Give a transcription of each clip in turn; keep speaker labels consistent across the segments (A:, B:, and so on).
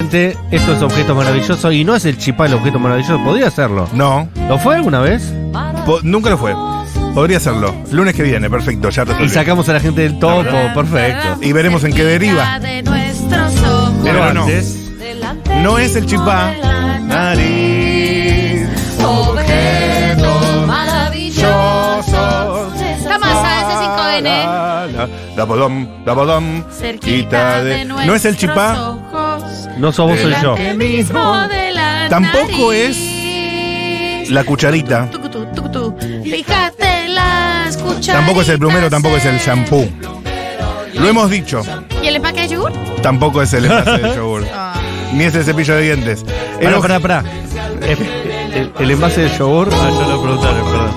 A: gente, esto es objeto maravilloso y no es el chipá el objeto maravilloso, podría serlo.
B: No,
A: ¿Lo fue alguna vez?
B: po- nunca lo fue. Podría hacerlo. Lunes que viene, perfecto, ya
A: Y
B: resolví.
A: sacamos a la gente del topo, perfecto.
B: Y veremos en qué deriva.
C: De nuestros ojos.
B: Pero no.
A: antes,
C: Delante
B: No es el chipá.
C: de la
B: Nariz.
C: Objeto maravilloso.
D: Está más a ese 5N.
B: La, la, la bodom, la bodom.
C: Cerquita de nuestros
B: No es el chipá.
C: ojos.
A: no sos vos, soy yo. Eh,
C: Delante mismo de la
B: Tampoco es
C: nariz.
B: La cucharita.
C: Tucu, tu, tucu, tu. Fíjate las cucharitas.
B: Tampoco es el plumero, tampoco es el shampoo. Lo hemos dicho.
D: ¿Y el empaque de yogur?
B: Tampoco es el envase de yogur. Ni es el cepillo de dientes. El
A: Pará,
B: ojo-
A: pará, pará. Eh, El, el envase de yogur. Ah, ya lo preguntaron, perdón.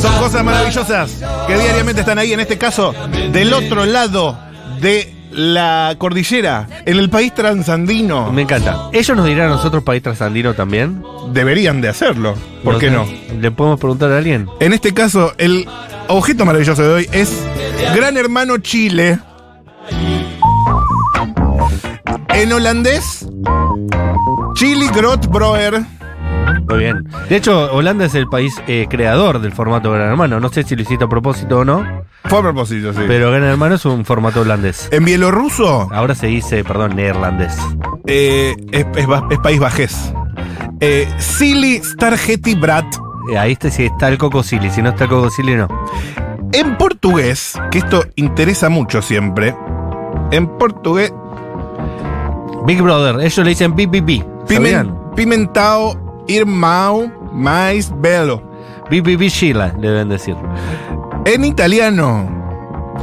B: Son cosas maravillosas que diariamente están ahí, en este caso, del otro lado de la cordillera, en el país transandino.
A: Me encanta. ¿Ellos nos dirán a nosotros país trasandino también?
B: Deberían de hacerlo. ¿Por qué
A: sé.
B: no?
A: ¿Le podemos preguntar a alguien?
B: En este caso, el objeto maravilloso de hoy es Gran Hermano Chile. En holandés, Chili Grot Broer.
A: Muy bien. De hecho, Holanda es el país eh, creador del formato Gran Hermano. No sé si lo hiciste a propósito o no,
B: Fue a propósito, sí.
A: pero Gran Hermano es un formato holandés.
B: en bielorruso,
A: Ahora se dice, perdón, neerlandés.
B: eh, es, es ba- es país bajés. Eh, Silly Stargeti Brat.
A: Eh, ahí está, si está el cocosili. Si no está el cocosili, no.
B: En portugués, que esto interesa mucho siempre. En portugués,
A: Big Brother. Ellos le dicen BBB.
B: pimen,
A: ¿Sabían?
B: Pimentao Irmão Mais Belo.
A: BBB Sheila, le deben decir.
B: En italiano.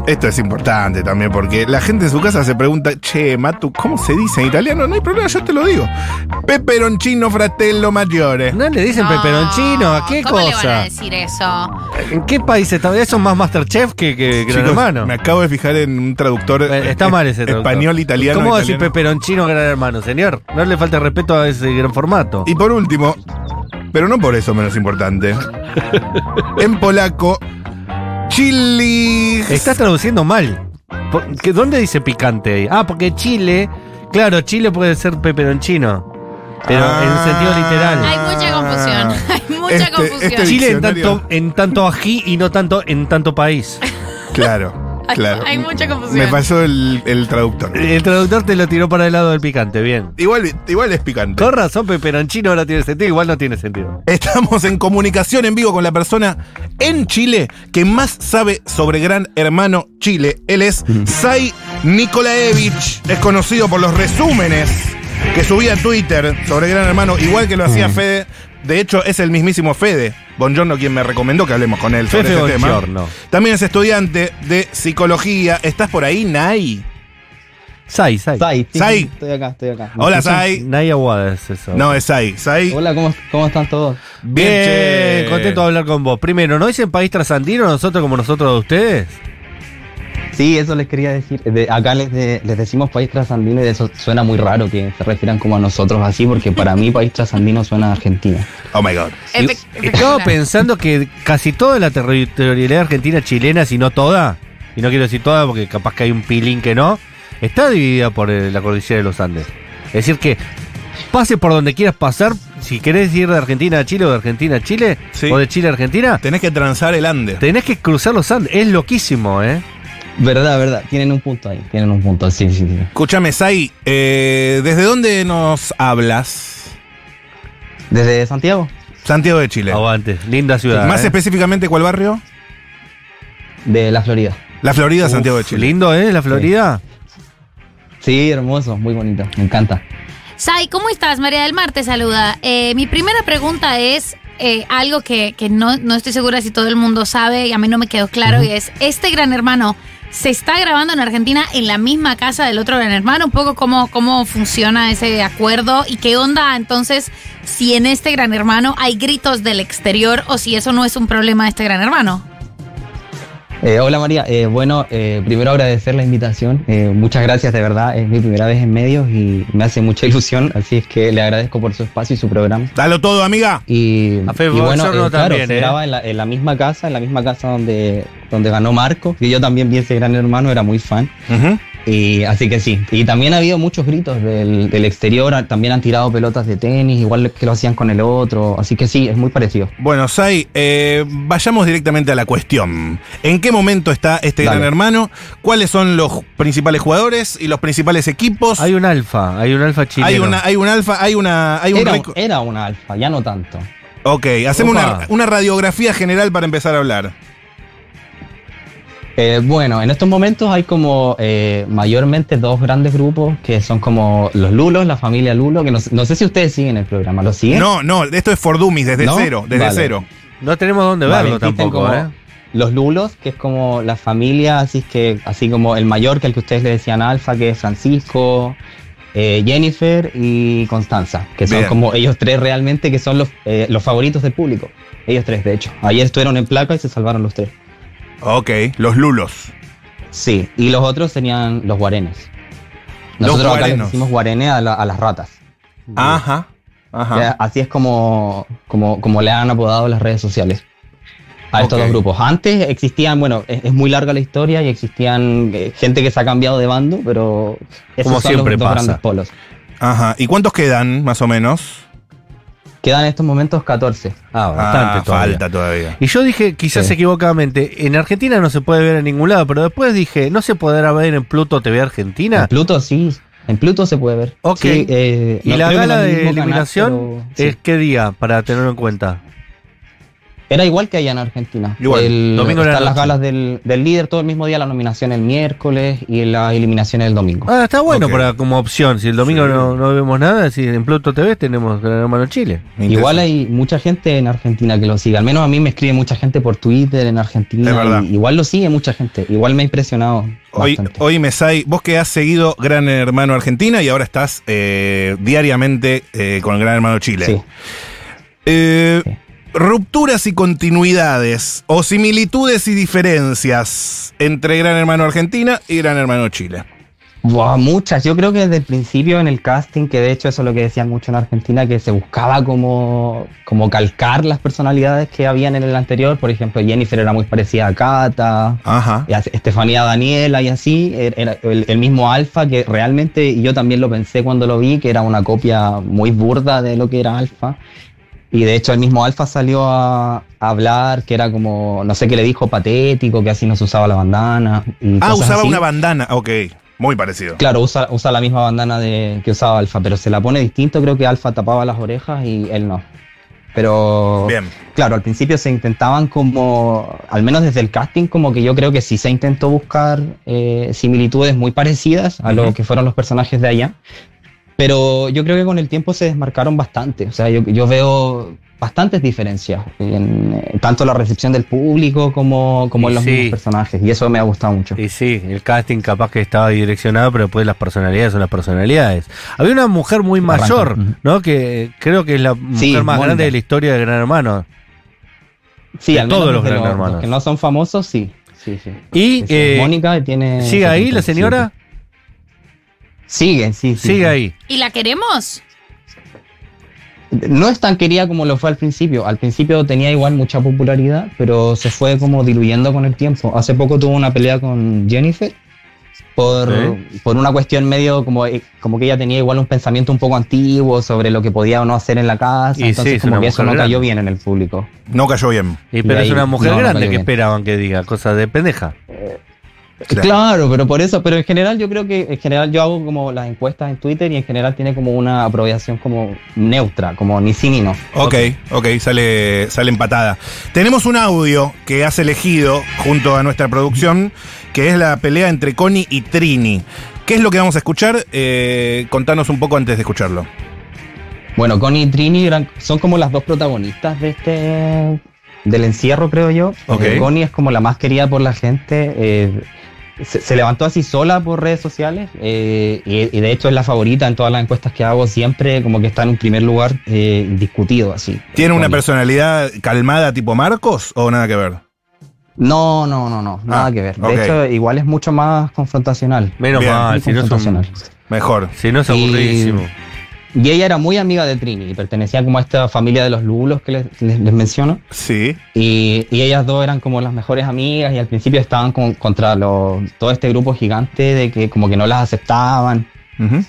B: Esto es importante también porque la gente en su casa se pregunta, che, Matu, ¿cómo se dice en italiano? No hay problema, yo te lo digo. Peperoncino fratello maggiore.
A: No le dicen peperoncino. ¿A qué
D: Ah, ¿Cómo le van a
A: cosa?
D: decir eso?
A: ¿En qué país está? Eso es más Masterchef que, que Gran
B: Chicos,
A: Hermano.
B: Me acabo de fijar en un traductor
A: Eh,
B: eh,
A: Está mal ese traductor.
B: español, italiano.
A: ¿Cómo va a decir
B: italiano.
A: peperoncino gran hermano, señor? No le falta respeto a ese gran formato.
B: Y por último, pero no por eso menos importante, en polaco, chili.
A: Estás traduciendo mal. Por- ¿qué- ¿Dónde dice picante ahí? Ah, porque Chile. Claro, Chile puede ser peperoncino. Pero
B: Ah.
A: en sentido literal.
D: Hay mucha confusión, hay mucha
B: Este-
D: confusión.
B: este
A: Chile en
B: diccionario-
A: tanto, en tanto ají y no tanto en tanto país.
B: Claro,
D: Hay-
B: claro.
D: Hay mucha
B: Me
D: confusión.
B: pasó el, el traductor.
A: El traductor te lo tiró para el lado del picante, bien.
B: Igual, igual es picante.
A: Con razón, peperoncino ahora tiene sentido, igual no tiene sentido.
B: Estamos en comunicación en vivo con la persona en Chile que más sabe sobre Gran Hermano Chile. Él es Sai Nikolaevich. Es conocido por los resúmenes que subía a Twitter sobre Gran Hermano, igual que lo hacía Fede. De hecho, es el mismísimo Fede Bongiorno quien me recomendó que hablemos con él sobre
A: Fefe
B: este tema.
A: Bongiorno.
B: También es estudiante de psicología. ¿Estás por ahí, Nay?
A: Sai, Sai.
E: Sai, sí,
B: Sai.
E: sí, Estoy acá, estoy acá.
B: Hola, Sai.
A: Nadie aguada es eso.
B: No, es Sai. Sai.
E: Hola, ¿cómo, cómo están todos?
A: Bien,
B: che.
A: contento de hablar con vos. Primero, ¿no dicen país trasandino nosotros como nosotros de ustedes?
E: Sí, eso les quería decir. De- acá les, de- les decimos país trasandino y eso suena muy raro que se refieran como a nosotros así, porque para mí país trasandino suena a Argentina.
B: Oh my God.
A: Estaba
D: Espe- espectacular.
A: pensando que casi toda la territorialidad argentina chilena, si no toda, y no quiero decir toda porque capaz que hay un pilín que no, está dividida por eh, la cordillera de los Andes. Es decir que pase por donde quieras pasar, si querés ir de Argentina a Chile o de Argentina a Chile,
B: Sí.
A: o de Chile a Argentina,
B: Tenés que transar el Ande.
A: tenés que cruzar los Andes. Es loquísimo, ¿eh?
E: Verdad, verdad. Tienen un punto ahí, tienen un punto. Sí, sí, sí.
B: Escúchame, Sai, eh, ¿desde dónde nos hablas?
E: ¿Desde Santiago?
B: Santiago de Chile.
A: Aguante, linda ciudad.
B: Más
A: ¿eh?
B: específicamente, ¿cuál barrio?
E: De la Florida.
B: La Florida,
A: Uf,
B: Santiago de Chile.
A: Lindo, ¿eh? La Florida.
E: Sí, hermoso, muy bonito, me encanta.
D: Sai, ¿cómo estás? María del Mar te saluda. Eh, mi primera pregunta es eh, algo que, que no, no estoy segura si todo el mundo sabe y a mí no me quedó claro y es, este gran hermano se está grabando en Argentina en la misma casa del otro gran hermano, un poco cómo, cómo funciona ese acuerdo y qué onda entonces si en este gran hermano hay gritos del exterior o si eso no es un problema de este gran hermano.
E: Eh, hola María, Eh, bueno, eh, primero agradecer la invitación, Eh, muchas gracias de verdad, es mi primera vez en medios y me hace mucha ilusión, así es que le agradezco por su espacio y su programa.
B: Dalo todo, amiga.
E: Y,
A: A Fede
E: y bueno,
A: Bongiorno
E: eh, claro,
A: también,
E: se
A: ¿eh?
E: graba en la, en la misma casa, en la misma casa donde, donde ganó Marco, que yo también vi ese gran hermano, era muy fan. Y así que sí. Y también ha habido muchos gritos del, del exterior, a- también han tirado pelotas de tenis, igual que lo hacían con el otro. Así que sí, es muy parecido.
B: Bueno, Sai, eh, vayamos directamente a la cuestión. ¿En qué momento está este
E: Dale.
B: gran hermano? ¿Cuáles son los principales jugadores y los principales equipos?
A: Hay un alfa, hay un alfa chileno.
B: Hay una, hay un alfa, hay una, hay un
E: Era,
B: récord.
E: era una alfa, ya no tanto.
B: Ok, hacemos una,
A: Opa.
B: una radiografía general para empezar a hablar.
E: Eh, bueno, en estos momentos hay como eh, mayormente dos grandes grupos que son como los Lulos, la familia Lulo, que no, sé- no sé si ustedes siguen el programa, ¿lo
A: ¿Eh?
E: siguen?
B: No, no, esto es Fordumis, desde
E: ¿No?
B: cero, desde
E: Vale.
B: cero.
A: No tenemos dónde
E: Vale,
A: verlo
E: existen
A: tampoco,
E: como
A: ¿eh?
E: Los Lulos, que es como la familia, así es que, así como el mayor que el que ustedes le decían Alfa, que es Francisco, eh, Jennifer y Constanza, que son
B: Bien.
E: como ellos tres realmente que son los, eh, los favoritos del público. Ellos tres, de hecho. Ayer estuvieron en placa y se salvaron los tres.
B: Ok, los lulos.
E: Sí, y los otros serían los guarenes. Nosotros acá les
B: guarenos. Ah,
E: decimos guarene a, la- a las ratas.
B: Ajá,
E: O sea,
B: ajá.
E: Así es como, como, como le han apodado las redes sociales a estos
B: Ok.
E: dos grupos. Antes existían, bueno, es, es muy larga la historia y existían eh, gente que se ha cambiado de bando, pero esos
A: Como
E: son
A: siempre
E: los dos
A: pasa.
E: grandes polos.
B: Ajá. ¿Y cuántos quedan, más o menos?
E: Quedan en estos momentos 14.
A: Ah, bastante
B: Ah,
A: todavía.
B: falta todavía.
A: Y yo dije, quizás
E: Sí.
A: equivocadamente, en Argentina no se puede ver en ningún lado, pero después dije, ¿no se podrá ver en Pluto TV
E: En
A: Argentina?
E: Pluto sí, en Pluto se puede ver.
A: Ok.
E: Sí, eh,
A: ¿Y
E: no
A: la
E: creo que en
A: gala
E: el
A: de
E: mismo canal,
A: eliminación
E: pero sí.
A: es qué día para tenerlo en cuenta?
E: Era igual que allá en Argentina.
B: Igual,
E: El-
A: domingo en la
E: están las
A: noche.
E: galas del, del líder todo el mismo día, la nominación el miércoles y la eliminación el domingo.
A: Ah, está bueno
B: Ok.
A: para como opción. Si el domingo
B: Sí.
A: no, no vemos nada, si en Pluto TV tenemos Gran Hermano Chile.
B: Me interesa.
E: Igual hay mucha gente en Argentina que lo sigue. Al menos a mí me escribe mucha gente por Twitter en Argentina.
B: Es verdad.
E: y igual lo sigue mucha gente. Igual me ha impresionado.
B: Hoy,
E: bastante.
B: hoy Mesai, vos que has seguido Gran Hermano Argentina y ahora estás eh, diariamente eh, con Gran Hermano Chile.
E: Sí.
B: Eh,
E: Sí.
B: Rupturas y continuidades o similitudes y diferencias entre Gran Hermano Argentina y Gran Hermano Chile.
E: Buah, muchas. Yo creo que desde el principio en el casting, que de hecho eso es lo que decían mucho en Argentina, que se buscaba como, como calcar las personalidades que habían en el anterior. Por ejemplo, Jennifer era muy parecida a Cata.
B: Ajá.
E: y a Estefanía Daniela y así, era- era el, el mismo Alfa que realmente, y yo también lo pensé cuando lo vi, que era una copia muy burda de lo que era Alfa. Y de hecho el mismo Alfa salió a, a hablar, que era como, no sé qué le dijo, patético, que así no se usaba la bandana. y
B: Ah,
E: cosas
B: usaba
E: así.
B: una bandana. Ok, muy parecido.
E: Claro, usa, usa la misma bandana de, que usaba Alfa, pero se la pone distinto, creo que Alfa tapaba las orejas y él no. Pero
B: Bien.
E: Claro, al principio se intentaban como, al menos desde el casting, como que yo creo que sí se intentó buscar eh, similitudes muy parecidas a lo
B: Ujú.
E: que fueron los personajes de allá. Pero yo creo que con el tiempo se desmarcaron bastante. O sea, yo, yo veo bastantes diferencias, en, eh, tanto en la recepción del público como, como en
A: Y
E: los
A: sí.
E: mismos personajes. Y eso me ha gustado mucho.
A: Y sí, el casting capaz que estaba direccionado, pero después las personalidades son las personalidades. Había una mujer muy
E: Arranca,
A: mayor,
E: ujú.
A: ¿no? Que creo que es la mujer
E: Sí,
A: más
E: Mónica.
A: grande de la historia de Gran Hermano.
E: Sí,
A: de
E: al menos
A: todos los
E: desde
A: Gran Hermanos.
E: que no son famosos, sí. sí, sí.
A: Y
E: Esa es
A: eh,
E: Mónica tiene...
A: sigue ahí la señora,
E: 77. Sigue, sí, sí.
A: sigue
E: sí.
A: ahí.
D: ¿Y la queremos?
E: No es tan querida como lo fue al principio. Al principio tenía igual mucha popularidad, pero se fue como diluyendo con el tiempo. Hace poco tuvo una pelea con Jennifer por,
A: Sí.
E: por una cuestión medio como, eh, como que ella tenía igual un pensamiento un poco antiguo sobre lo que podía o no hacer en la casa.
A: Y sí,
E: Entonces
A: es
E: como
A: una
E: que eso
A: mujer
E: no cayó
A: grande.
E: bien en el público.
B: No cayó bien.
A: Y, pero
E: ahí-
A: es una mujer
E: no, no
A: grande
E: cayó
A: que
E: bien.
A: esperaban que diga, cosas de pendeja.
B: Claro.
E: Claro. pero por eso, pero en general yo creo que en general yo hago como las encuestas en Twitter y en general tiene como una aprobación como neutra, como ni sí ni no.
B: Ok, ok, sale, sale empatada. Tenemos un audio que has elegido junto a nuestra producción, que es la pelea entre Connie y Trini. ¿Qué es lo que vamos a escuchar? Eh, contanos un poco antes de escucharlo.
E: Bueno, Connie y Trini eran- son como las dos protagonistas de este del encierro, creo yo.
B: Ok.
E: Eh, Connie es como la más querida por la gente. eh, se, se levantó así sola por redes sociales eh, y, y de hecho es la favorita en todas las encuestas que hago. Siempre como que está en un primer lugar eh, indiscutido así.
B: ¿Tiene una
E: Connie.
B: personalidad calmada tipo Marcos o nada que ver?
E: No, no, no, no, nada
B: Ah,
E: que ver. De
B: ok. Ah,
E: hecho, igual es mucho más confrontacional.
A: Menos
B: Bien.
A: mal,
E: Muy
A: si no, es un-
E: confrontacional.
B: Mejor.
A: si no es
E: Y-
A: aburridísimo.
E: Y ella era muy amiga de Trini y pertenecía como a esta familia de los lulos que les, les- les menciono.
B: Sí.
E: Y, y ellas dos eran como las mejores amigas y al principio estaban con- contra los- todo este grupo gigante de que como que no las aceptaban.
B: Ujú.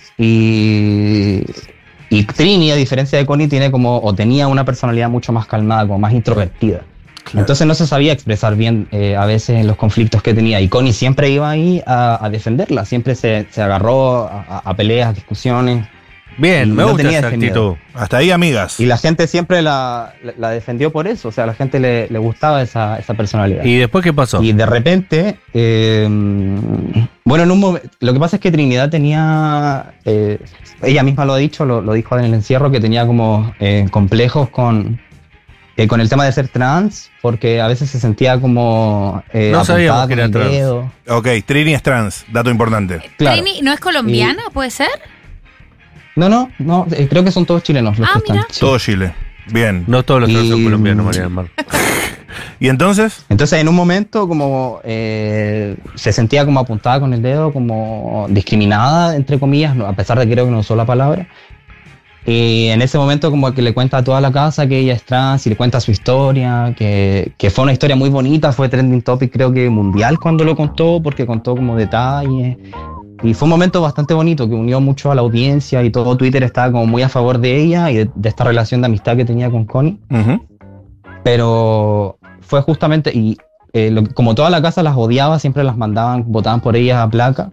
E: Y, y Trini, a diferencia de Connie, tiene como, o tenía una personalidad mucho más calmada, como más introvertida. Entonces no se sabía expresar bien eh, a veces en los conflictos que tenía. Y Connie siempre iba ahí a, a defenderla, siempre se, se agarró a, a- a peleas, discusiones.
A: Bien, me
E: No
A: gusta
E: tenía
A: esa
E: ese
A: actitud.
E: miedo.
B: Hasta ahí, amigas.
E: Y la gente siempre la, la- la defendió por eso, o sea, a la gente le, le gustaba esa, esa personalidad.
A: ¿Y después qué pasó?
E: Y de repente, eh, bueno, en un momen- lo que pasa es que Trinidad tenía, eh, ella misma lo ha dicho, lo, lo dijo en el encierro, que tenía como eh, complejos con, eh, con el tema de ser trans, porque a veces se sentía como eh,
A: No sabíamos
E: apuntada
A: que
E: con
A: era
E: el
A: trans.
E: dedo.
B: Ok, Trini es trans, dato importante.
E: Claro.
D: Trini, ¿no es colombiana? ¿Puede ser?
E: No, no, no, eh, creo que son todos chilenos los
D: Ah,
E: que están.
D: mira.
E: sí. Mm.
B: Todo Chile. Bien.
A: No todos los trans son
E: Y-
A: colombianos, María del Mar.
B: ¿Y entonces?
E: Entonces en un momento como eh, se sentía como apuntada con el dedo, como discriminada, entre comillas, no- a pesar de que creo que no usó la palabra. Y en ese momento como que le cuenta a toda la casa que ella es trans y le cuenta su historia, que, que fue una historia muy bonita, fue trending topic creo que mundial cuando lo contó, porque contó como detalles. Y fue un momento bastante bonito que unió mucho a la audiencia y todo Twitter estaba como muy a favor de ella y de- de esta relación de amistad que tenía con Connie
B: Ujú.
E: pero fue justamente, y eh, lo- como toda la casa las odiaba, siempre las mandaban, votaban por ellas a placa.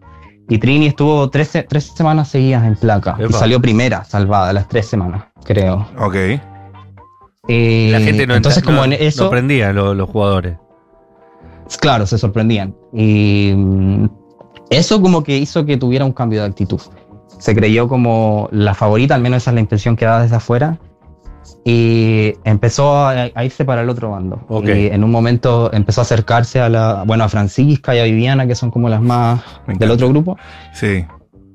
E: Y Trini estuvo tres, se- tres semanas seguidas en placa. Y
A: Epa.
E: salió primera, salvada, las tres semanas, creo.
B: Ok.
E: Eh,
A: La gente no
E: Entonces,
A: enta-
E: como
A: no-
E: en eso.
A: no aprendía lo- los jugadores.
E: Claro, se sorprendían. Y mm, eso como que hizo que tuviera un cambio de actitud. Se creyó como la favorita, al menos esa es la impresión que da desde afuera. Y empezó a, a irse para el otro bando.
A: Ok.
E: Y en un momento empezó a acercarse a la, bueno, a Francisca y a Viviana, que son como las más
B: Me
E: del
B: encanta.
E: otro grupo.
B: Sí.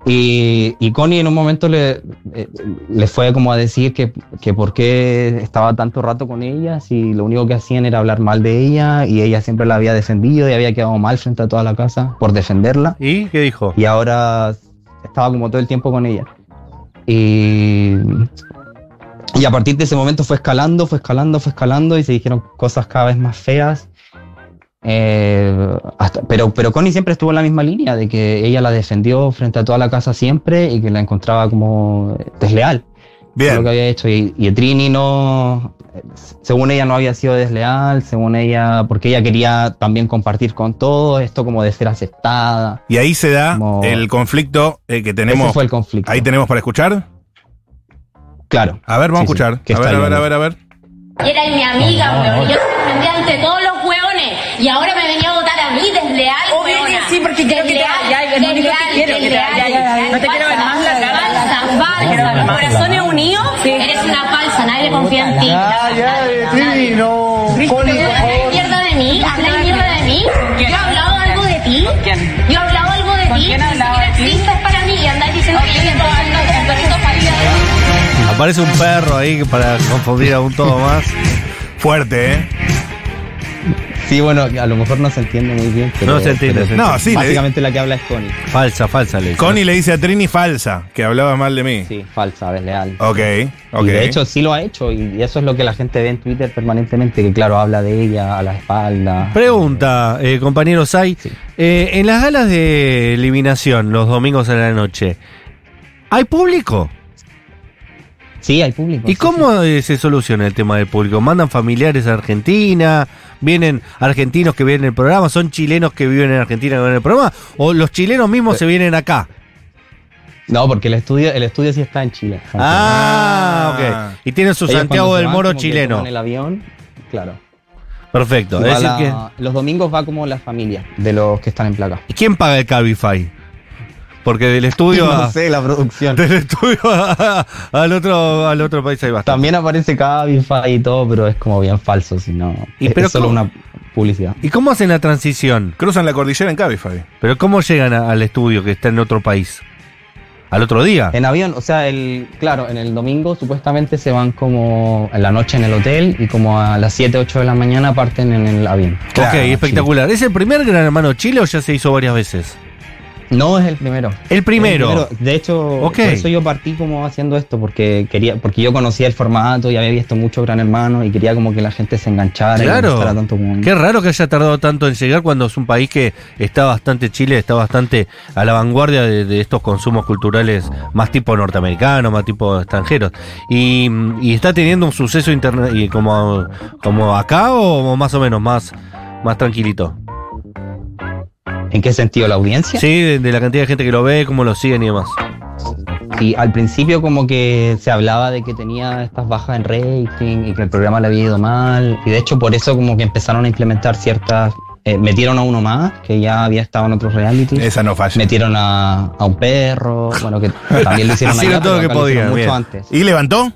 E: Y, y Connie en un momento le, eh, le fue como a decir que, que por qué estaba tanto rato con ella, si lo único que hacían era hablar mal de ella y ella siempre la había defendido y había quedado mal frente a toda la casa por defenderla
A: ¿Y qué dijo?
E: y ahora estaba como todo el tiempo con ella. Y, y a partir de ese momento fue escalando, fue escalando, fue escalando y se dijeron cosas cada vez más feas. Eh, hasta- pero, pero Connie siempre estuvo en la misma línea de que ella la defendió frente a toda la casa siempre y que la encontraba como desleal lo que
B: Bien.
E: había hecho. Y, y Trini no, según ella no había sido desleal, según ella, porque ella quería también compartir con todos esto como de ser aceptada.
B: Y ahí se da
E: Como-
B: el conflicto eh, que
E: Ese
B: tenemos.
E: fue el conflicto.
B: Ahí tenemos para escuchar.
E: Claro.
B: A ver, vamos
E: Sí, sí,
B: a escuchar.
E: que
B: a
E: está
B: ver, a
E: ahí,
B: ver, a
E: ¿no?
B: ver, a ver.
F: Y Era mi amiga, weón. Yo se defendía ante todos los hueones. Y ahora me venía a votar a mí desleal,
G: Obvio que
F: hueona.
G: sí, porque quiero que te
F: Desleal,
G: vayas, es lo único que quiero, que te
F: desleal,
G: vayas.
F: desleal.
G: No te quiero ver más la
F: Falsa,
G: cara.
F: Falsa,
G: No te quiero ver
F: falsa.
G: más la
F: Corazones unidos,
G: Sí.
F: eres una falsa. Nadie confía en ti. Nadie. ¿Habláis mierda de mí? ¿Habláis mierda de mí?
G: quién?
F: ¿Yo he hablado algo de ti?
G: ¿Con quién?
F: ¿Yo he hablado algo de ti?
G: ¿Con quién he hablado de ti?
F: Ni siquiera existes para mí y andáis diciendo que yo estoy hablando de un perrito parido.
A: Aparece un perro ahí para confundir aún todo más.
B: Fuerte, ¿eh?
E: Sí, bueno, a lo mejor no se entiende muy bien. Pero,
A: No se entiende, se
E: pero
B: No, sí. Le,
E: básicamente la que habla es Connie.
A: Falsa, falsa, le dice.
B: Connie le dice a Trini falsa, que hablaba mal de mí.
E: Sí, falsa, desleal.
B: Ok, ok.
E: Y de hecho sí lo ha hecho y y eso es lo que la gente ve en Twitter permanentemente, que claro, habla de ella a la espalda.
A: Pregunta, eh, compañero Sai. Eh, en las galas de eliminación, los domingos a la noche, ¿hay público?
E: Sí, hay público.
A: ¿Y
E: sí, sí.
A: cómo eh, se soluciona el tema del público? ¿Mandan familiares a Argentina? ¿Vienen argentinos que vienen el programa? ¿Son chilenos que viven en Argentina que ven el programa? ¿O los chilenos
E: Eh.
A: mismos se vienen acá?
E: No, porque el estudio, el estudio sí está en Chile.
A: Ah, ok. Y tienen su
E: Ellos
A: Santiago
E: cuando se
A: del
E: van,
A: Moro
E: como que
A: chileno.
E: toman el avión, claro.
A: Perfecto.
E: Y
A: Es
E: va
A: decir,
E: la- Los domingos va como la familia de los que están en placa.
A: que- ¿quién paga el Cabify? Porque del estudio a-
E: No sé, la producción.
A: del estudio a- al otro al otro país hay bastante.
E: También aparece Cabify y todo, pero es como bien falso, si no.
A: Y
E: es-
A: pero
E: es solo
A: ¿cómo?
E: una publicidad.
A: ¿Y cómo hacen la transición?
B: Cruzan la cordillera en Cabify.
A: Pero ¿cómo llegan a- al estudio que está en otro país? Al otro día.
E: En avión, o sea, el, claro, en el domingo supuestamente se van como en la noche en el hotel y como a las 7, 8 de la mañana parten en el avión.
B: Claro,
A: ok, espectacular. ¿Es el primer Gran Hermano Chile o ya se hizo varias veces?
E: Sí. No, es el primero.
A: El primero.
E: El De hecho,
A: Ok.
E: por eso yo partí como haciendo esto, porque quería, porque yo conocía el formato y había visto mucho Gran Hermano y quería como que la gente se enganchara y le
A: Claro.
E: gustara tanto como.
A: Qué raro que haya tardado tanto en llegar cuando es un país que está bastante, Chile está bastante a la vanguardia de, de estos consumos culturales más tipo norteamericano, más tipo extranjeros. Y, y está teniendo un suceso interna y como, como acá o más o menos, más, más tranquilito.
E: ¿En qué sentido? ¿La audiencia?
A: Sí, de, de la cantidad de gente que lo ve, cómo lo siguen y demás.
E: Sí, al principio como que se hablaba de que tenía estas bajas en rating y que el programa le había ido mal. Y de hecho por eso como que empezaron a implementar ciertas... eh, metieron a uno más, que ya había estado en otros realities.
B: Esa no falla.
E: Metieron a, a un perro, bueno, que también lo hicieron
A: Hicieron
E: allá,
A: todo
E: pero
A: lo que
E: acá lo hicieron
A: podían, bien.
E: mucho antes.
B: ¿Y levantó?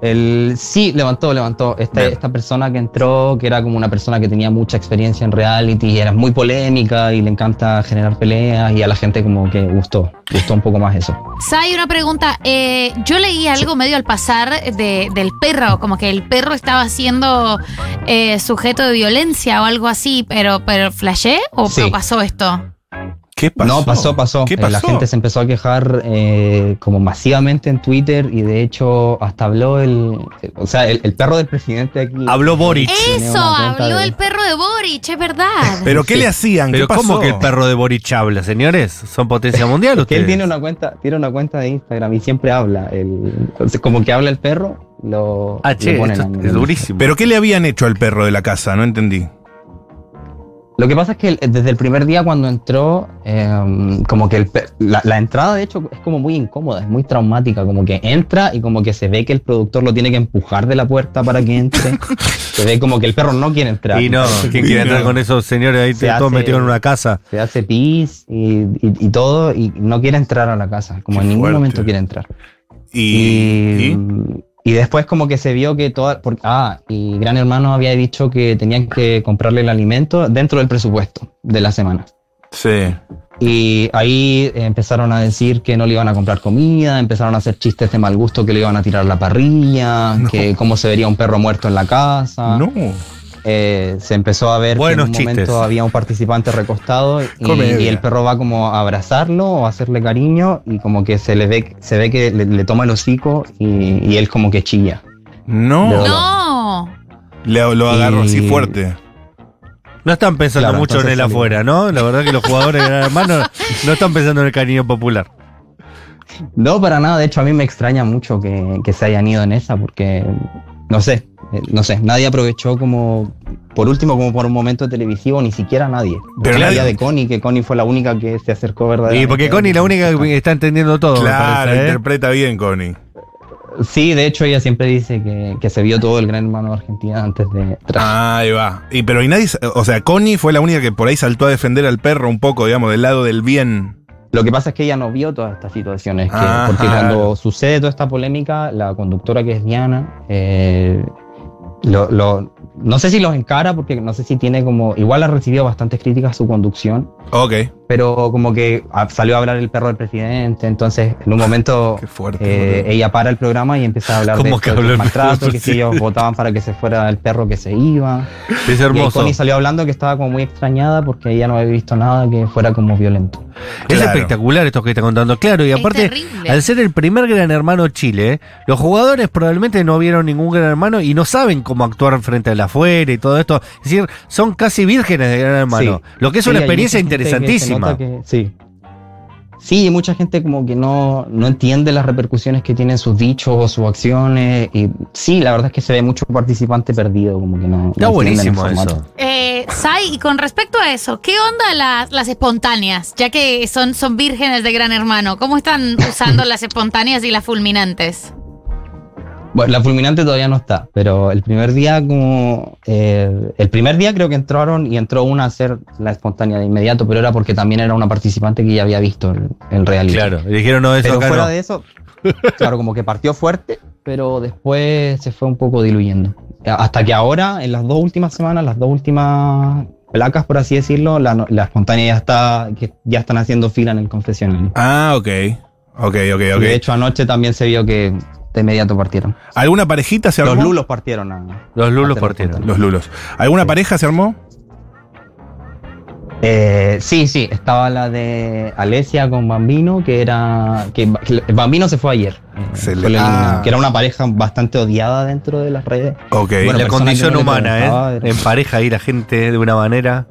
E: El, sí, levantó, levantó. Esta,
B: Bien.
E: esta persona que entró, que era como una persona que tenía mucha experiencia en reality, y era muy polémica y le encanta generar peleas y a la gente como que gustó, gustó un poco más eso.
D: Sai, una pregunta. Eh, yo leí algo medio al pasar de- del perro, como que el perro estaba siendo eh, sujeto de violencia o algo así, pero, pero ¿flashé o
E: Sí.
D: o pasó esto?
B: ¿Qué pasó?
E: No, pasó, pasó.
B: ¿Qué
E: Eh, La
B: pasó?
E: gente se empezó a quejar eh, como masivamente en Twitter y de hecho hasta habló el, o sea, el, el perro del presidente aquí.
A: Habló Boric.
E: Tiene
D: Eso,
E: una cuenta
D: habló
E: de-
D: el perro de Boric, es verdad.
B: ¿Pero qué
E: Sí.
B: le hacían?
A: Pero
B: ¿Qué pasó?
A: ¿cómo que el perro de Boric habla, señores? ¿Son potencia mundial
E: Es que
A: ustedes?
E: él tiene una cuenta, tiene una cuenta de Instagram y siempre habla. El, entonces, como que habla el perro, lo,
A: Ah, che,
E: lo ponen
A: esto
E: ahí en
A: es
E: el-
A: durísimo.
B: ¿Pero qué le habían hecho al perro de la casa? No entendí.
E: Lo que pasa es que el- desde el primer día cuando entró, eh, como que el pe- la, la entrada de hecho es como muy incómoda, es muy traumática, como que entra y como que se ve que el productor lo tiene que empujar de la puerta para que entre, se ve como que el perro no quiere entrar.
A: y no, ¿quién
B: Y
A: quiere entrar
B: no.
A: con esos señores ahí
E: Se
A: todos
E: hace-
A: metidos en una casa?
E: Se hace pis y, y- y todo y no quiere entrar a la casa, como
B: Qué
E: en ningún
B: fuerte.
E: momento quiere entrar.
B: Y.
E: Y, y después como que se vio que toda... porque- ah, y Gran Hermano había dicho que tenían que comprarle el alimento dentro del presupuesto de la semana.
B: Sí.
E: Y ahí eh, empezaron a decir que no le iban a comprar comida, empezaron a hacer chistes de mal gusto que le iban a tirar a la parrilla, que cómo se vería un perro muerto en la casa.
B: No.
E: Eh, se empezó a ver
A: Buenos
E: que en un
A: chistes.
E: momento había un participante recostado y,
B: Comedia.
E: y el perro va como a abrazarlo o a hacerle cariño y como que se le ve, se ve que le, le toma el hocico y, y él como que chilla.
B: No.
D: No.
B: Le- lo agarró así
E: Y-
B: fuerte.
A: No están pensando
E: Claro,
A: mucho en el
E: entonces salió.
A: afuera, ¿no? La verdad que los jugadores de Gran Hermano no están pensando en el cariño popular.
E: No, para nada, de hecho a mí me extraña mucho que, que se hayan ido en esa porque, no sé, eh, no sé, nadie aprovechó como, por último, como por un momento televisivo, ni siquiera nadie.
B: Pero
E: la
B: nadie-
E: de Connie, que Connie fue la única que se acercó verdaderamente.
A: Y porque Connie es la única que está entendiendo todo. me
B: Claro,
A: parece, ¿eh?
B: interpreta bien, Connie.
E: Sí, de hecho ella siempre dice que, que se vio todo el gran hermano de Argentina antes de... tras-
B: Ahí va. Y pero y nadie, sa- o sea, Connie fue la única que por ahí saltó a defender al perro un poco, digamos, del lado del bien.
E: Lo que pasa es que ella no vio todas estas situaciones, que-
B: Ajá.
E: porque cuando sucede toda esta polémica, la conductora que es Diana, eh, lo- lo- no sé si los encara, porque no sé si tiene como, igual ha recibido bastantes críticas su conducción,
B: Ok.
E: pero como que a- salió a hablar el perro del presidente, entonces en un momento
B: Qué fuerte.
E: eh,
B: boludo.
E: ella para el programa y empieza a hablar
A: ¿Cómo
E: de
A: que
E: esto, de
A: habló el
E: los maltratos,
A: perro
E: que si
A: del
E: ellos votaban para que se fuera el perro que se iba.
A: Es
E: Y ahí
A: hermoso.
E: Connie salió hablando que estaba como muy extrañada porque ella no había visto nada que fuera como violento.
A: Es
B: Claro.
A: espectacular esto que está contando. Claro, y
D: Es
A: aparte,
D: terrible.
A: al ser el primer Gran Hermano Chile, ¿eh? los jugadores probablemente no vieron ningún Gran Hermano y no saben cómo actuar frente al afuera y todo esto. Es decir, son casi vírgenes de Gran Hermano.
E: Sí.
A: Lo que es
E: Sí,
A: una
E: hay
A: experiencia
E: mucha gente que se
A: interesantísima.
E: nota que- sí. Sí, y mucha gente como que no, no entiende las repercusiones que tienen sus dichos o sus acciones. Y sí, la verdad es que se ve mucho participante perdido, como que no. no
A: Está
E: entienden el
A: buenísimo
E: formato.
A: eso.
D: Eh, Sai, y con respecto a eso, ¿qué onda las, las espontáneas? Ya que son, son vírgenes de Gran Hermano, ¿cómo están usando las espontáneas y las fulminantes?
E: Bueno, la fulminante todavía no está, pero el primer día como eh, el primer día creo que entraron y entró una a hacer la espontánea de inmediato, pero era porque también era una participante que ya había visto el, el reality.
A: Claro, y dijeron no, eso
E: Pero
A: acá
E: fuera
A: no.
E: de eso, claro, como que partió fuerte, pero después se fue un poco diluyendo. Hasta que ahora, en las dos últimas semanas, las dos últimas placas, por así decirlo, la, la espontánea ya está, que ya están haciendo fila en el confesionario.
B: Ah, ok. Ok, ok,
E: Y
B: ok.
E: De hecho, anoche también se vio que de inmediato partieron.
B: ¿Alguna parejita se armó?
E: Los lulos partieron. a-
A: Los lulos
E: a hacer la
A: partieron.
E: espontánea.
B: Los lulos. ¿Alguna pareja se armó?
E: Eh, sí, sí, estaba la de Alesia con Bambino, que era. que Ba- que Bambino se fue ayer. Fue
B: Excelente.
E: eliminado,
B: Ah.
E: que era una pareja bastante odiada dentro de las redes.
B: Ok.
E: Bueno,
A: la
E: persona
A: condición
E: que no le
A: humana,
E: preguntaba,
A: ¿eh?
E: era-
A: En pareja ir a gente de una manera.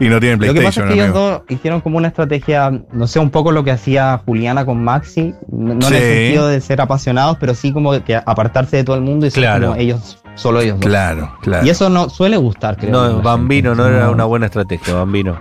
B: y no tienen
E: Lo que pasa
B: PlayStation,
E: es que ellos
B: amigo.
E: dos hicieron como una estrategia, no sé, un poco lo que hacía Juliana con Maxi, no no
B: Sí.
E: en el sentido de ser apasionados, pero sí como que apartarse de todo el mundo y ser
A: Claro.
E: como ellos, solo ellos. dos.
B: Claro, claro.
E: Y eso no suele gustar, creo. a la
A: No,
E: gente.
A: Bambino, no era
E: No.
A: una buena estrategia, Bambino.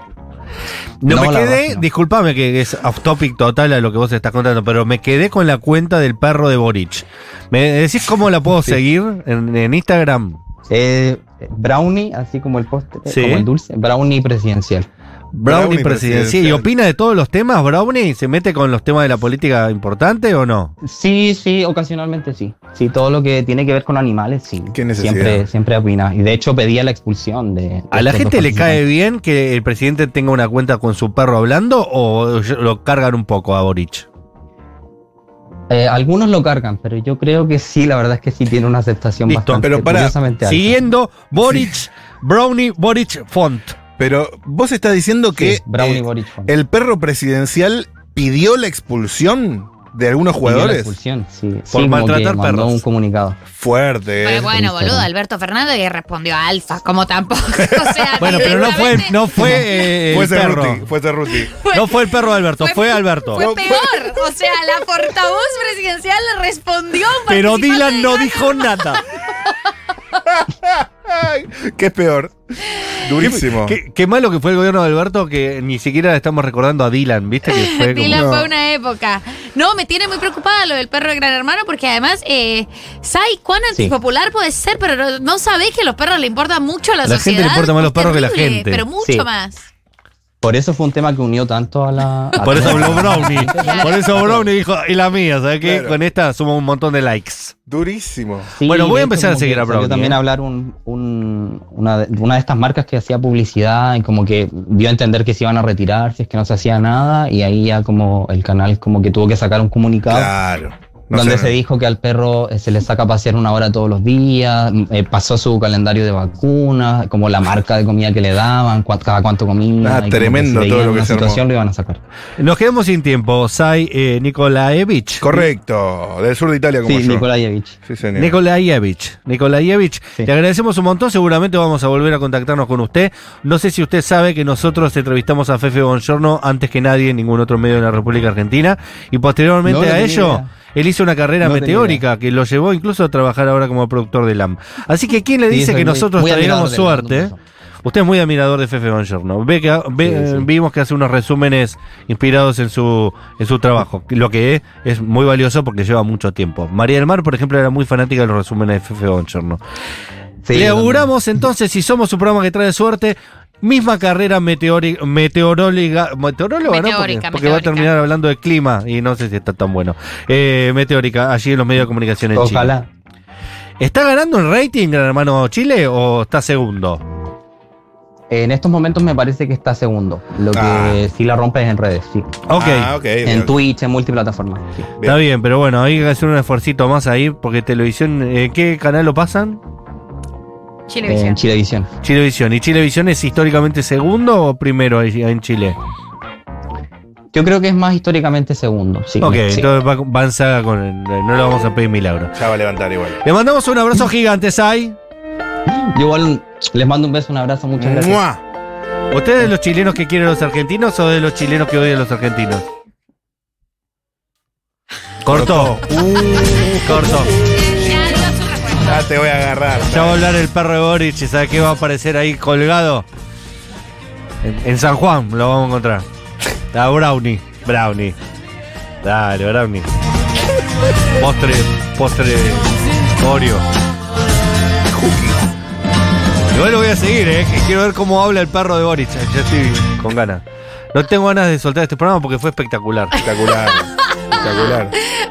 A: No,
E: No,
A: me
E: la
A: quedé,
E: verdad que no.
A: disculpame que es off topic total a lo que vos estás contando, pero me quedé con la cuenta del perro de Boric. ¿Me decís cómo la puedo seguir en, en Instagram?
E: Eh, brownie, así como el postre,
A: Sí.
E: como el dulce, brownie presidencial.
A: Brownie,
B: Brownie
A: presidencia. ¿Y
B: presidencial.
A: opina de todos los temas, Brownie? ¿Se mete con los temas de la política importante o no?
E: Sí, sí, ocasionalmente sí. Sí, todo lo que tiene que ver con animales, sí.
B: ¿Qué necesidad?
E: Siempre, siempre opina. Y de hecho pedía la expulsión de... de
A: ¿A la
E: estos
A: gente
E: dos
A: le cae
E: participantes.
A: bien que el presidente tenga una cuenta con su perro hablando o lo cargan un poco a Boric?
E: Eh, algunos lo cargan, pero yo creo que sí, la verdad es que sí tiene una aceptación
A: Listo,
E: bastante
B: pero para-
E: curiosamente alta.
A: Siguiendo Boric, Brownie, Boric, Font.
B: Pero vos estás diciendo
E: Sí,
B: que
E: Brownie
B: eh,
E: Boric fue.
B: el perro presidencial pidió la expulsión de algunos
E: Pidió la
B: jugadores.
E: expulsión, sí. Sí,
A: Por
E: como
A: maltratar
E: que mandó
A: perros.
E: un comunicado.
B: Fuerte.
D: Pero
B: eh.
D: bueno,
E: Instagram.
D: boludo, Alberto Fernández y respondió a Alfa, como tampoco. O sea,
A: Bueno, pero no fue,
D: directamente
A: no fue eh,
B: Fue
A: el perro.
B: Cerruti, fue Cerruti.
A: No fue el perro de Alberto, fue, Alberto.
D: Fue peor. O sea, la portavoz presidencial le respondió. a un
A: pero
D: participante
A: Dylan
D: de
A: no
D: Gran
A: dijo nada.
B: ¿Qué es peor? Durísimo.
A: Qué, qué malo que fue el gobierno de Alberto que ni siquiera estamos recordando a Dylan, ¿viste? Que fue como-
D: Dylan fue una época. No, me tiene muy preocupada lo del perro de Gran Hermano, porque además, eh, ¿sabes cuán
E: Sí.
D: antipopular puede ser? Pero no, no sabés que a los perros le importa mucho a la,
A: A la gente
D: sociedad.
A: le importan más los
D: Es
A: perros que la
D: terrible,
A: gente.
D: Pero mucho
E: Sí.
D: más.
E: Por eso fue un tema que unió tanto a la... a
A: Por eso
E: toda la-
A: habló Brownie. Por eso Brownie dijo, y la mía, ¿sabes qué?
B: Claro.
A: Con esta sumo un montón de likes.
B: Durísimo.
E: Sí,
A: Bueno, voy a
E: de hecho,
A: empezar a
E: como
A: seguir
E: que
A: a
E: salió
A: Brownie,
E: también
A: ¿eh?
E: a hablar un- un- una, de, una de estas marcas que hacía publicidad y como que dio a entender que se iban a retirar si es que no se hacía nada y ahí ya como el canal como que tuvo que sacar un comunicado
B: Claro. No
E: donde
B: sé,
E: se dijo que al perro eh, se le saca a pasear una hora todos los días, mm, eh, pasó su calendario de vacunas, como la marca de comida que le daban, cuá- cada cuánto comía.
B: Ah,
E: y como
B: tremendo
E: si
B: todo
E: veían
B: lo que
E: una
B: se armó.
E: situación lo iban a sacar.
A: Nos quedamos sin tiempo. Sai eh, Nikolaevich.
B: Correcto. Del sur de Italia, como
E: Sí,
B: yo.
E: Nikolayevich.
B: Sí, señor.
A: Nikolaevich. Nikolaevich,
E: Sí.
A: le agradecemos un montón. Seguramente vamos a volver a contactarnos con usted. No sé si usted sabe que nosotros entrevistamos a Fefe Bongiorno antes que nadie en ningún otro medio de la República Argentina. Y posteriormente
E: No, no
A: a
E: tenía
A: ello,
E: idea.
A: él hizo una carrera
E: No tenía
A: meteórica que lo llevó incluso a trabajar ahora como productor de LAM. Así que, ¿quién le
E: Sí,
A: dice
E: soy
A: que
E: muy-
A: nosotros
E: muy
A: traíamos
E: admirador de
A: suerte?
E: Leandro
A: eh? Usted es muy admirador de Fefe Bongiorno. Ve que, ve-
E: Sí, sí.
A: Vimos que hace unos resúmenes inspirados en su, en su trabajo, lo que es, es muy valioso porque lleva mucho tiempo. María del Mar, por ejemplo, era muy fanática de los resúmenes de Fefe Bonchorno.
E: Sí,
A: Le
E: también.
A: auguramos entonces, si somos un programa que trae suerte, misma carrera meteori- meteorólica, meteoróloga, ¿no? Porque,
D: Meteórica,
A: porque va a
D: meteórica.
A: terminar hablando de clima y no sé si está tan bueno. Eh, meteórica, allí en los medios de comunicación en Chile.
E: Ojalá.
A: ¿Está ganando en rating, gran hermano Chile, o está segundo?
E: En estos momentos me parece que está segundo. Lo que
B: Ah.
E: sí la rompe es en redes, sí.
A: Ok.
B: Ah, ok.
E: En
B: bien.
E: Twitch, en multiplataformas. sí.
A: Está bien, pero bueno, hay que hacer un esfuercito más ahí, porque televisión, ¿en qué canal lo pasan?
D: Chilevisión.
E: En Chilevisión.
A: Chilevisión. ¿Y Chilevisión es históricamente segundo o primero ahí en Chile?
E: Yo creo que es más históricamente segundo. Sí,
A: ok,
E: Sí.
A: entonces va, va en saga con el- No le vamos a pedir milagro.
B: Ya va a levantar igual.
A: Le mandamos un abrazo gigante, Sai.
E: Yo igual les mando un beso, un abrazo, muchas gracias.
B: ¡Mua!
A: ¿Usted es de los chilenos que quieren a los argentinos o de los chilenos que odian a los argentinos? Cortó. Uh, Cortó.
D: Ya dio su respuesta.
B: Ya te voy a agarrar.
A: Ya va a hablar el perro de Boric y sabe qué va a aparecer ahí colgado. En, en San Juan lo vamos a encontrar. A Brownie. Brownie. Dale, Brownie. Postre, postre Oreo. Igual lo voy a seguir, eh, que quiero ver cómo habla el perro de Boric. Ya estoy con ganas. No tengo ganas de soltar este programa porque fue espectacular.
B: Espectacular. Espectacular.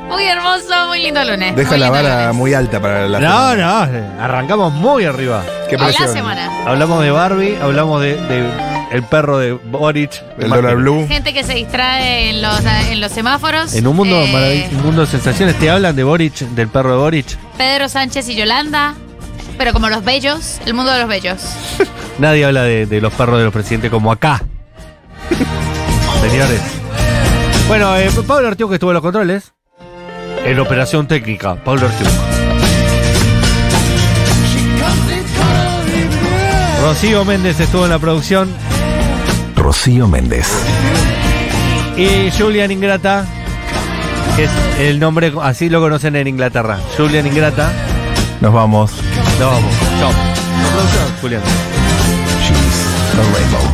D: Muy hermoso, muy lindo lunes.
B: Deja
D: Muy
B: la
D: lindo
B: vara
D: lunes.
B: muy alta para la
A: No, no, arrancamos muy arriba.
B: Qué
D: Hola,
B: presión.
D: semana.
A: Hablamos de Barbie, hablamos de, de el perro de Boric.
B: El dólar blue.
D: Gente que se distrae en los, en los semáforos.
A: En un mundo,
D: Eh,
A: maravilloso, un mundo de sensaciones, te hablan de Boric, del perro de Boric.
D: Pedro Sánchez y Yolanda, pero como los bellos, el mundo de los bellos.
A: Nadie habla de, de los perros de los presidentes como acá. Señores. Bueno, eh, Pablo Artiuk estuvo en los controles. En operación técnica, Pablo Artiuk. Rocío Méndez estuvo en la producción.
H: Rocío Méndez.
A: Y Julian Ingrata, que es el nombre, así lo conocen en Inglaterra. Julian Ingrata.
H: Nos vamos.
A: Nos vamos. Chao. La producción, Julian.
H: She's the rainbow.